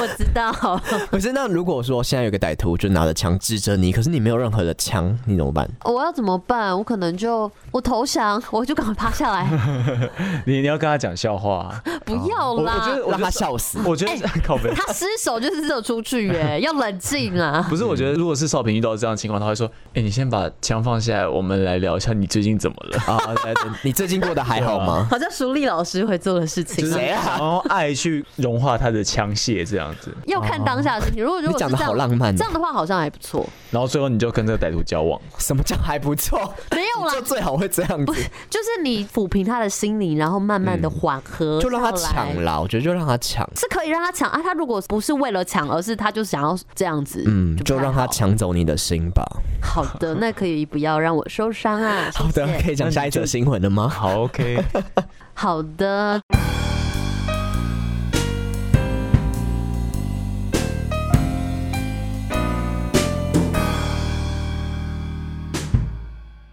Speaker 1: 我知道，
Speaker 2: 可是那如果说现在有个歹徒就拿着枪指着你，可是你没有任何的枪，你怎么办？
Speaker 1: 哦我要怎么办？我可能就我投降，我就赶快趴下 来，
Speaker 3: 你你要跟他讲笑话 啊，
Speaker 1: 不
Speaker 2: 哦
Speaker 1: 要
Speaker 3: 我我
Speaker 1: 啦
Speaker 3: 觉。得我
Speaker 2: 让他
Speaker 3: 觉得
Speaker 2: 笑死。
Speaker 3: 我觉得
Speaker 1: 哎
Speaker 3: 靠背。
Speaker 1: 他失手就是射出去耶、 要冷静啊！
Speaker 3: 不是，我觉得如果是少平遇到这样的情况，他会说：“哎、你先把枪放下来，我们来聊一下你最近怎么了。
Speaker 2: 啊，来你最近过得还好 吗？
Speaker 1: 好像淑丽老师会做的事情、啊，
Speaker 2: 谁”啊？
Speaker 3: 然后爱去融化他的枪械这样子，
Speaker 1: 要看当下的心情。如果如
Speaker 3: 啊
Speaker 2: 你
Speaker 1: 果是
Speaker 2: 讲
Speaker 1: 这
Speaker 2: 的好
Speaker 1: 样，
Speaker 2: 浪漫
Speaker 1: 这，样的话好像还不错。
Speaker 3: 然后最后你就跟这个歹徒交 往。
Speaker 2: 什么叫还不错？
Speaker 1: 没有啦
Speaker 2: 就，最好会这样子，
Speaker 1: 就是你抚平他的心灵，然后慢慢的缓和、
Speaker 2: 嗯就让他
Speaker 1: 上来
Speaker 2: 抢啦。我觉得就让他抢，
Speaker 1: 是可以让他抢啊。他如果不是为了抢，而是他就想要这样子，
Speaker 2: 嗯，
Speaker 1: 不
Speaker 2: 就
Speaker 1: 太
Speaker 2: 让他
Speaker 1: 好。
Speaker 2: 抢走你的心吧。
Speaker 1: 好的，那可以不要让我受伤啊。
Speaker 2: 好的
Speaker 1: 谢，谢
Speaker 2: 可以讲下一则新闻了吗？
Speaker 3: 好，OK，
Speaker 1: 好的。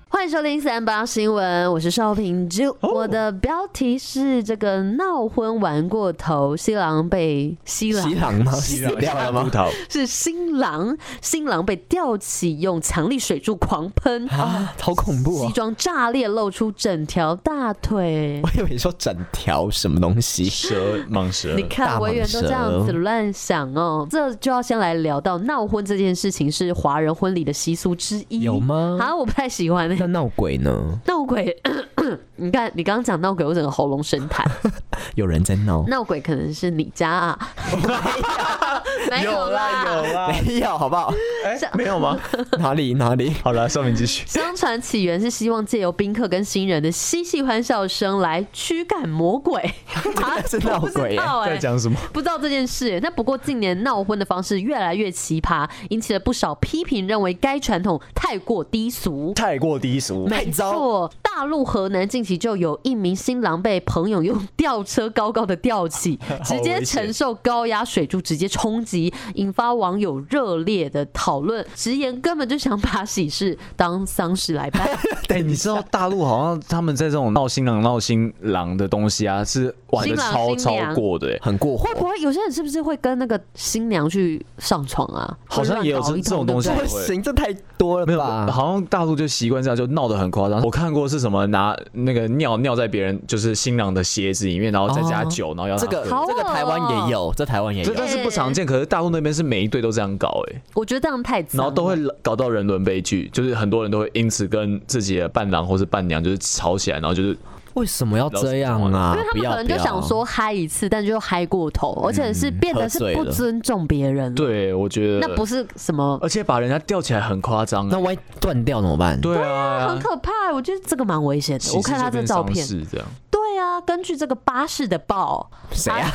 Speaker 1: 欢迎收听三八新闻，我是邵平之。我的标题是这个闹婚玩过头，新郎被新 郎
Speaker 2: 西郎吗？死掉了吗
Speaker 3: 葡？萄
Speaker 1: 是新郎，新郎被吊起用强力水柱狂喷，
Speaker 2: 啊，好恐怖
Speaker 1: 西
Speaker 2: 哦！
Speaker 1: 装炸裂，露出整条大腿。
Speaker 2: 我以为你说整条什么东西。
Speaker 3: 蛇蟒蛇
Speaker 1: 你，看
Speaker 2: 大
Speaker 1: 委
Speaker 2: 蟒
Speaker 1: 员都这样子
Speaker 2: 蛇
Speaker 1: 乱想哦，这就要先来聊到闹婚这件事情是华人婚礼的习俗之一，
Speaker 2: 有吗
Speaker 1: 啊，我不太喜欢、
Speaker 2: 那
Speaker 1: 欸、
Speaker 2: 闹鬼呢？
Speaker 1: 闹鬼。 你看，你刚刚讲闹鬼，我整个喉咙生痰。
Speaker 2: 有人在闹？
Speaker 1: 闹鬼可能是你家啊，没有啊啦。
Speaker 3: 啦
Speaker 2: 没有，好 不好？
Speaker 3: 哎、没有吗？
Speaker 2: 哪里哪里？
Speaker 3: 好了，少平继续。
Speaker 1: 相传起源是希望借由宾客跟新人的嬉戏欢笑声来驱赶魔鬼，啊
Speaker 2: 是闹
Speaker 1: 我不知
Speaker 2: 鬼耶
Speaker 1: 道欸
Speaker 3: 在讲什么？
Speaker 1: 不知道这件事，那不过近年闹婚的方式越来越奇葩，引起了不少批评，认为该传统太过低俗。
Speaker 3: 太过低俗。
Speaker 2: 那一招
Speaker 1: 错，大陆河南近期就有一名新郎 被朋友用吊车高高的吊起，直接
Speaker 3: 危险
Speaker 1: 承受高压水柱直接冲击，引发网友热烈的讨论，直言根本就想把喜事当丧事来 办。
Speaker 3: 哎、你知道大陆好像他们在这种闹新郎闹新郎的东西啊，是玩
Speaker 1: 新
Speaker 3: 的
Speaker 1: 郎
Speaker 3: 超
Speaker 1: 新
Speaker 3: 超
Speaker 1: 娘
Speaker 3: 过的、哎
Speaker 2: 很过火
Speaker 1: 会。不会有些人是不是会跟那个新娘去上床啊？
Speaker 3: 好像也有这
Speaker 1: 乱搞一
Speaker 3: 这种
Speaker 1: 通
Speaker 3: 东西
Speaker 1: 对不对
Speaker 2: 不行，这太多了
Speaker 3: 没有，
Speaker 2: 吧？
Speaker 3: 好像大陆就习惯这样，就闹得很夸张。我看过是什么拿那个尿尿在别人就是新郎的鞋子里面，然后再加
Speaker 2: 哦
Speaker 3: 酒，然后要
Speaker 2: 这
Speaker 3: 他
Speaker 2: 个
Speaker 3: 喝
Speaker 1: 好恶啊
Speaker 2: 这个台湾也有，这台湾也有
Speaker 3: 这。但是不常见，可是大陆那边是每一队都这样搞哎、
Speaker 1: 我觉得这样太脏
Speaker 3: 然
Speaker 1: 了，
Speaker 3: 后都会搞到人伦悲剧，就是很多人都会因此跟自己的伴郎或是伴娘就是吵起来，然后就是
Speaker 2: 为什么要这样啊
Speaker 1: 因为？他
Speaker 2: 不
Speaker 1: 们
Speaker 2: 要嗯
Speaker 1: 可能就想，说嗨一次，但就嗨过头，而且是变得是
Speaker 2: 喝醉
Speaker 1: 不
Speaker 2: 了
Speaker 1: 尊重别人。，
Speaker 3: 对我觉得
Speaker 1: 那不，是什么。
Speaker 3: 而且把人家吊起来很夸张、
Speaker 2: 不
Speaker 3: 欸
Speaker 2: 要那，万一断掉怎么办？
Speaker 3: 对
Speaker 1: 哦很
Speaker 3: 啊，
Speaker 1: 可怕，我觉得这个蛮危险的。我看他这照片，
Speaker 3: 是这样，
Speaker 1: 对啊，根据这个巴士的报，
Speaker 2: 谁啊？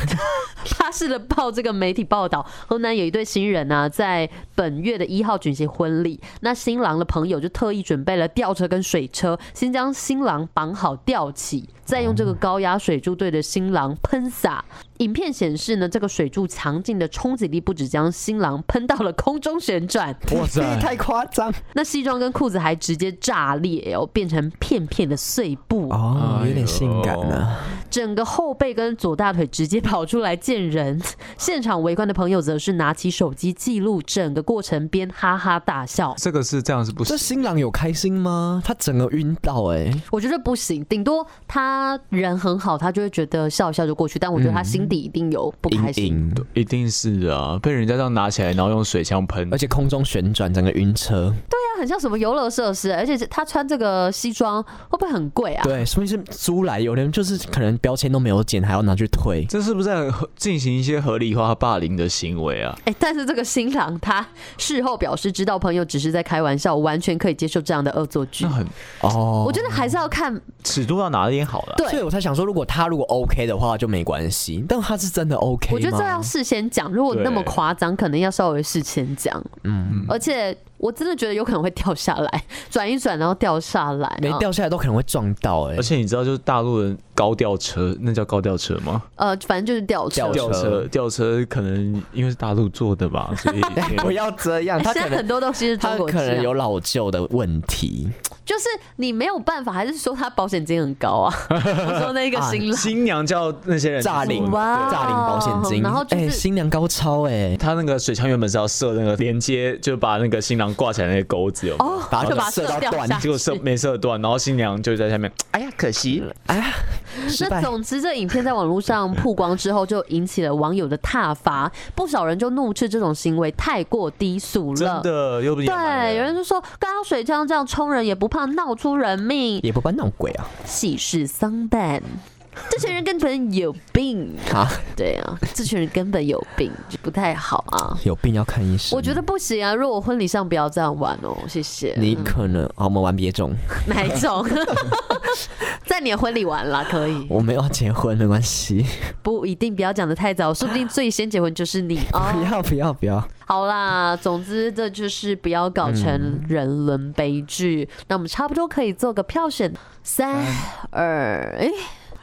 Speaker 1: 巴士的报这个媒体报道，河南有一对新人呢、在本月的一号举行婚礼。那新郎的朋友就特意准备了吊车跟水车，先将新郎绑好吊起，再用这个高压水柱对着新郎喷洒。影片显示呢，这个水柱强劲的冲击力不止将新郎喷到了空中旋转，
Speaker 2: 哇塞，太夸张
Speaker 1: 那西装跟裤子还直接炸裂哦，变成片片的碎布。
Speaker 2: 哦，有
Speaker 3: 哎呦
Speaker 2: 点性感
Speaker 1: 啊
Speaker 2: 呢。
Speaker 1: 整个后背跟左大腿直接跑出来见人。 现场围观的朋友则是拿起手机记录整个过程，边哈哈大笑。
Speaker 3: 这个是这样是不
Speaker 2: 这新郎有开心吗？他整个晕到哎，
Speaker 1: 我觉得不行，顶多他人很好，他就会觉得笑一笑就过去，但我觉得他心底一定有不开
Speaker 2: 阴
Speaker 1: 心。
Speaker 2: 影，
Speaker 3: 一定是啊，被人家这样拿起来，然后用水枪喷
Speaker 2: 而，且空中旋转，整个晕车。
Speaker 1: 对啊，很像什么游乐设施，而且他穿这个西装会不会很贵啊？
Speaker 2: 对，说明是租来，有人就是可能标签都没有剪，还要拿去退。
Speaker 3: 这是不是在合进行一些合理化霸凌的行为啊？
Speaker 1: 哎、 但是这个新郎他事后表示，知道朋友只是在开玩笑，完全可以接受这样的恶作剧
Speaker 3: 那。很
Speaker 2: 哦，
Speaker 1: 我觉得还是要看
Speaker 3: 尺度到哪里好了、
Speaker 1: 对
Speaker 2: 所以我才想说，如果他如果 OK 的话就没关系，但他是真的 OK 吗？
Speaker 1: 我觉得这要事先讲，如果那么
Speaker 3: 对
Speaker 1: 夸张，可能要稍微事先讲。嗯，而且我真的觉得有可能会掉下来， 转一转然后掉下来，
Speaker 2: 没
Speaker 1: 啊。
Speaker 2: 掉下来都可能会撞到哎、
Speaker 3: 而且你知道，就是大陆人高吊车，那叫高吊车吗？
Speaker 1: 呃，反正就是掉车
Speaker 2: 吊。
Speaker 3: 吊车，吊车可能因为是大陆做的吧，所以
Speaker 2: 不要这样，他
Speaker 1: 哎现
Speaker 2: 可
Speaker 1: 在很
Speaker 2: 能
Speaker 1: 多东西是中
Speaker 2: 他
Speaker 1: 国
Speaker 2: 可能
Speaker 1: 制啊
Speaker 2: 有老旧的问题，
Speaker 1: 就是你没有办法，还是说他保险金很高啊？我说那个新郎，
Speaker 3: 新娘叫那些人
Speaker 2: 炸领
Speaker 1: 哇哦
Speaker 2: 炸领保险金，
Speaker 1: 然后就是
Speaker 2: 哎、新娘高超哎、
Speaker 3: 他那个水枪原本是要射那个连接，就把那个新郎挂起来那个钩子有没有
Speaker 1: 哦，
Speaker 2: 把它
Speaker 1: 就把
Speaker 2: 射
Speaker 1: 射
Speaker 2: 到
Speaker 1: 掉
Speaker 2: 断
Speaker 1: 下
Speaker 3: 结果射
Speaker 1: 去。
Speaker 3: 没射断，然后新娘就在下面，
Speaker 4: 哎呀，可惜
Speaker 2: 失
Speaker 1: 那
Speaker 2: 败。
Speaker 1: 总之，这影片在网络上曝光之后，就引起了网友的挞伐，不少人就怒斥这种行为太过低俗
Speaker 3: 真
Speaker 1: 了。
Speaker 3: 的又不
Speaker 1: 对，有人就说，刚刚水枪这样冲人也不怕闹出人命，
Speaker 2: 也不怕闹鬼啊！
Speaker 1: 喜事丧 办。这群人根本有病，
Speaker 2: 啊，
Speaker 1: 对啊，这群人根本有病，就不太好啊。
Speaker 2: 有病要看医生。
Speaker 1: 我觉得不行啊，如果我婚礼上不要这样玩哦，谢谢。
Speaker 2: 你可能啊，我们玩别种，
Speaker 1: 哪一 种？在你的婚礼玩啦，可以，
Speaker 2: 我没有要结婚，没关系。
Speaker 1: 不一定不要讲的太早，说不定最先结婚就是你哦。
Speaker 2: 不要不要不 要！
Speaker 1: 好啦，总之这就是不要搞成人伦悲剧。那我们差不多可以做个票选，三二，哎、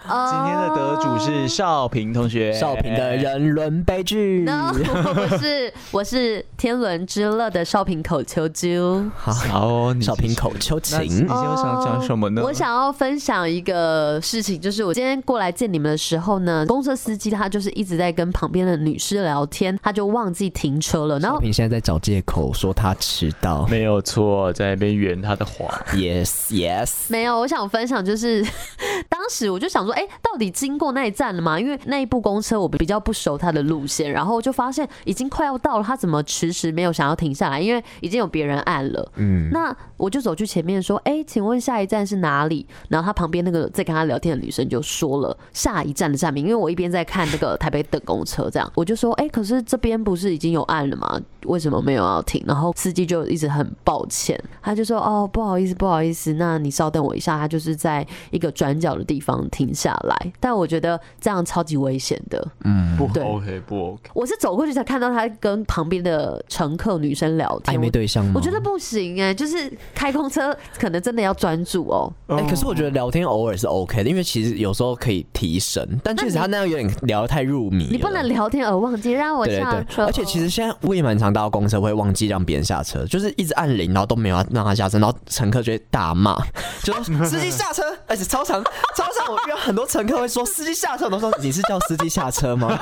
Speaker 3: 今天的得主
Speaker 1: 哦
Speaker 3: 是少平同学，
Speaker 2: 少平的人伦悲剧。
Speaker 1: 呃 No，我不是，我是天伦之乐的少平口秋啾。
Speaker 2: 好，
Speaker 3: 好哦，你
Speaker 2: 少平口秋
Speaker 3: 那你
Speaker 2: 情
Speaker 3: 今。天想讲什么呢？
Speaker 1: 我想要分享一个事情，就是我今天过来见你们的时候呢，公车司机他就是一直在跟旁边的女士聊天，他就忘记停车了，然
Speaker 2: 少
Speaker 1: 后。
Speaker 2: 平现在在找借口说他迟 到。
Speaker 3: 没有错，在那边圆他的谎。
Speaker 2: Yes Yes，
Speaker 1: 没有，我想分享就是 当时我就想说，哎、到底经过那一站了吗？因为那一部公车我比较不熟它的路线，然后我就发现已经快要到了，他怎么迟迟没有想要停下来？因为已经有别人按了。嗯，那我就走去前面说，哎、请问下一站是哪里？然后他旁边那个在跟他聊天的女生就说了下啊一站的站名，因为我一边在看那个台北等公车，这样我就说，哎、可是这边不是已经有按了吗？为什么没有要停？然后司机就一直很抱歉，他就说，哦，不好意思，不好意思，那你稍等我一下，他就是在一个转角的地方停下来，但我觉得这样超级危险的。
Speaker 2: 嗯，
Speaker 3: 不
Speaker 1: 对
Speaker 3: OK 不 OK，
Speaker 1: 我是走过去才看到他跟旁边的乘客女生聊天，
Speaker 2: 暧昧
Speaker 1: 我
Speaker 2: 对象吗？
Speaker 1: 我觉得不行哎、就是开公车可能真的要专注哦。
Speaker 2: 哎、可是我觉得聊天偶尔是 OK 的，因为其实有时候可以提神，但确实他那样有点聊得太入迷了
Speaker 1: 你不能聊天而哦忘记让我
Speaker 2: 对对
Speaker 1: 上车，
Speaker 2: 啊对，而 且其实现在我也蛮常搭到公车会忘记让别人下车，就是一直按铃，然后都没有让他下车，然后乘客就会大骂， 就说司机下车，而且超常超常我遇到很多乘客会说司机下车，我都说你是叫司机下车吗？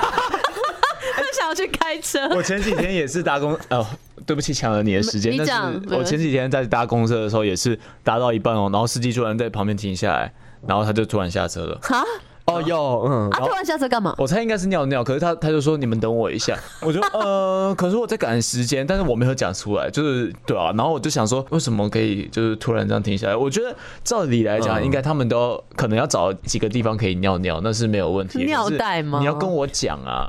Speaker 1: 想要去开车，
Speaker 3: 我前几天也是搭公， 哦，对不起，抢了你的时间。
Speaker 1: 你
Speaker 3: 但
Speaker 1: 讲
Speaker 3: 是我前几天在搭公车的时候，也是搭到一半哦，然后司机突然在旁边停下来，然后他就突然下车了。
Speaker 1: 啊
Speaker 2: 哦哟，嗯，
Speaker 1: 啊！突然下车干嘛？
Speaker 3: 我猜应该是尿尿，可是他他就说你们等我一下，我就呃，可是我在赶时间，但是我没有讲出来，就是对啊，然后我就想说为什么可以就是突然这样停下来？我觉得照理来讲，
Speaker 2: 嗯
Speaker 3: 应该他们都可能要找几个地方可以尿尿，那是没有问题的。
Speaker 1: 尿袋
Speaker 3: 可是
Speaker 1: 吗
Speaker 3: 你要跟我讲 啊，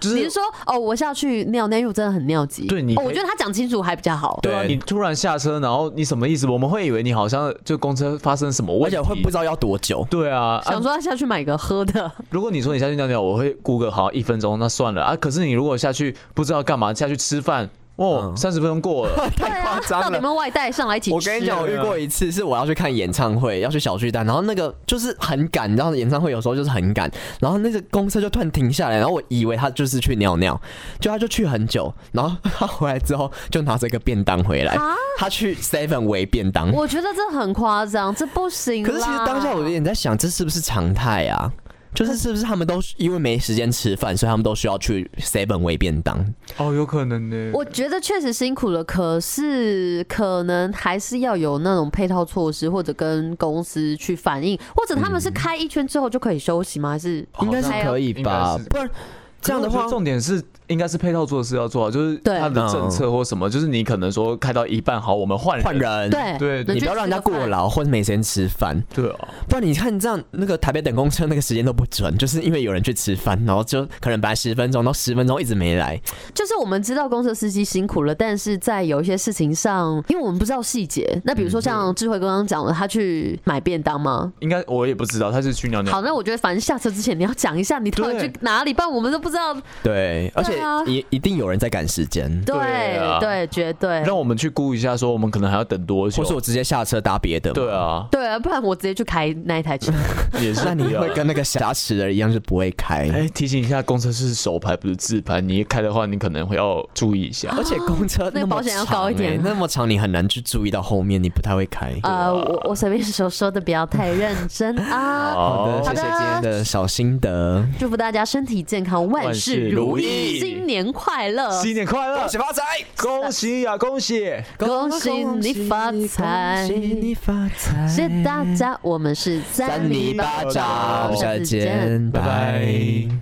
Speaker 3: 就
Speaker 1: 你
Speaker 3: 是
Speaker 1: 是说哦，我下去尿尿，因为我真的很尿急。
Speaker 3: 对你
Speaker 1: 哦
Speaker 3: 可以
Speaker 1: 我觉得他讲清楚还比较好。
Speaker 3: 对啊，你突然下车，然后你什么意思？我们会以为你好像就公车发生什么
Speaker 2: 而
Speaker 3: 问题，
Speaker 2: 且会不知道要多久。
Speaker 3: 对啊。啊
Speaker 1: 想说他下去买个喝的，
Speaker 3: 如果你说你下去尿尿，我会估个好像一分钟，那算了啊。可是你如果下去不知道干嘛，下去吃饭，哦，三十分钟过了，
Speaker 1: 太
Speaker 2: 夸张了
Speaker 1: 到底有没有外带上来一起吃？
Speaker 2: 我跟你讲，我遇过一次，啊是我要去看演唱会，要去小巨蛋，然后那个就是很赶，你知道演唱会有时候就是很赶，然后那个公车就突然停下来，然后我以为他就是去尿尿，就他就去很久，然后他回来之后就拿着一个便当回来
Speaker 1: 啊，
Speaker 2: 他去 Seven 为便当。
Speaker 1: 我觉得这很夸张，这不行啦。
Speaker 2: 嗯可是其实当下我有点在想，这是不是常态啊？就是是不是他们都是因为没时间吃饭，所以他们都需要去 Seven 为便当？
Speaker 3: 哦，有可能呢。
Speaker 1: 我觉得确实辛苦了，可是可能还是要有那种配套措施，或者跟公司去反映，或者他们是开一圈之后就可以休息吗？还是
Speaker 2: 嗯应该是
Speaker 1: 还有
Speaker 2: 可以吧
Speaker 3: 应该？是
Speaker 2: 不然这样的
Speaker 3: 可是我觉
Speaker 2: 话
Speaker 3: 得，重点是应该是配套措施要做好，啊就是
Speaker 1: 对
Speaker 3: 它的政策或什么，就是你可能说开到一半，好，我们嗯换人
Speaker 2: 换人
Speaker 1: 对
Speaker 3: 对
Speaker 1: 能
Speaker 2: 你
Speaker 1: 去
Speaker 2: 不要让人家
Speaker 1: 吃个
Speaker 2: 过
Speaker 1: 饭
Speaker 2: 劳或者没时间吃饭，
Speaker 3: 对啊，
Speaker 2: 不然你看这样那个台北等公车那个时间都不准，就是因为有人去吃饭，然后就可能本来十分钟，到十分钟一直没来，
Speaker 1: 就是我们知道公车司机辛苦了，但是在有一些事情上，因为我们不知道细节。那比如说像智慧刚刚讲的，他去买便当吗？
Speaker 3: 应该我也不知道他是去尿尿。
Speaker 1: 好，那我觉得反正下车之前你要讲一下你到底
Speaker 3: 对
Speaker 1: 去哪里，不然我们都不知道。
Speaker 2: 对，而且
Speaker 1: 对啊
Speaker 2: 一一定有人在赶时间，
Speaker 1: 对
Speaker 3: 对啊
Speaker 1: 对，绝对。
Speaker 3: 让我们去估一下，说我们可能还要等
Speaker 1: 啊
Speaker 3: 多久
Speaker 2: 或是？我直接下车搭别的，
Speaker 3: 对，啊，
Speaker 1: 对啊，不然我直接去开那一台车。
Speaker 3: 也是
Speaker 2: 那你
Speaker 3: 不要
Speaker 2: 会跟那个挟持的人一样是不会 开。
Speaker 3: 哎、提醒一下，公车是手牌不是自牌，你一开的话，你可能会要注意一下。
Speaker 2: 而且公车
Speaker 1: 那个
Speaker 2: 么
Speaker 1: 保险要
Speaker 2: 长
Speaker 1: 高一
Speaker 2: 哎
Speaker 1: 点
Speaker 2: 那么长你很难去注意到后面，你不太会开。
Speaker 1: 呃，我我随便说说的，不要太认真 啊。
Speaker 2: 好的，谢谢今天的小心得，
Speaker 1: 祝福大家身体健康，万
Speaker 3: 万
Speaker 1: 事
Speaker 3: 事
Speaker 1: 如
Speaker 3: 如
Speaker 1: 意，
Speaker 3: 意
Speaker 1: 新年快乐，
Speaker 3: 新年快乐，
Speaker 2: 发财，
Speaker 3: 恭喜呀、恭喜！
Speaker 1: 恭喜你发财
Speaker 2: 恭喜你发财，
Speaker 1: 谢谢大家，我们是
Speaker 2: 三
Speaker 1: 三
Speaker 2: 泥巴掌，下次见，拜
Speaker 3: 拜
Speaker 2: 拜
Speaker 3: 拜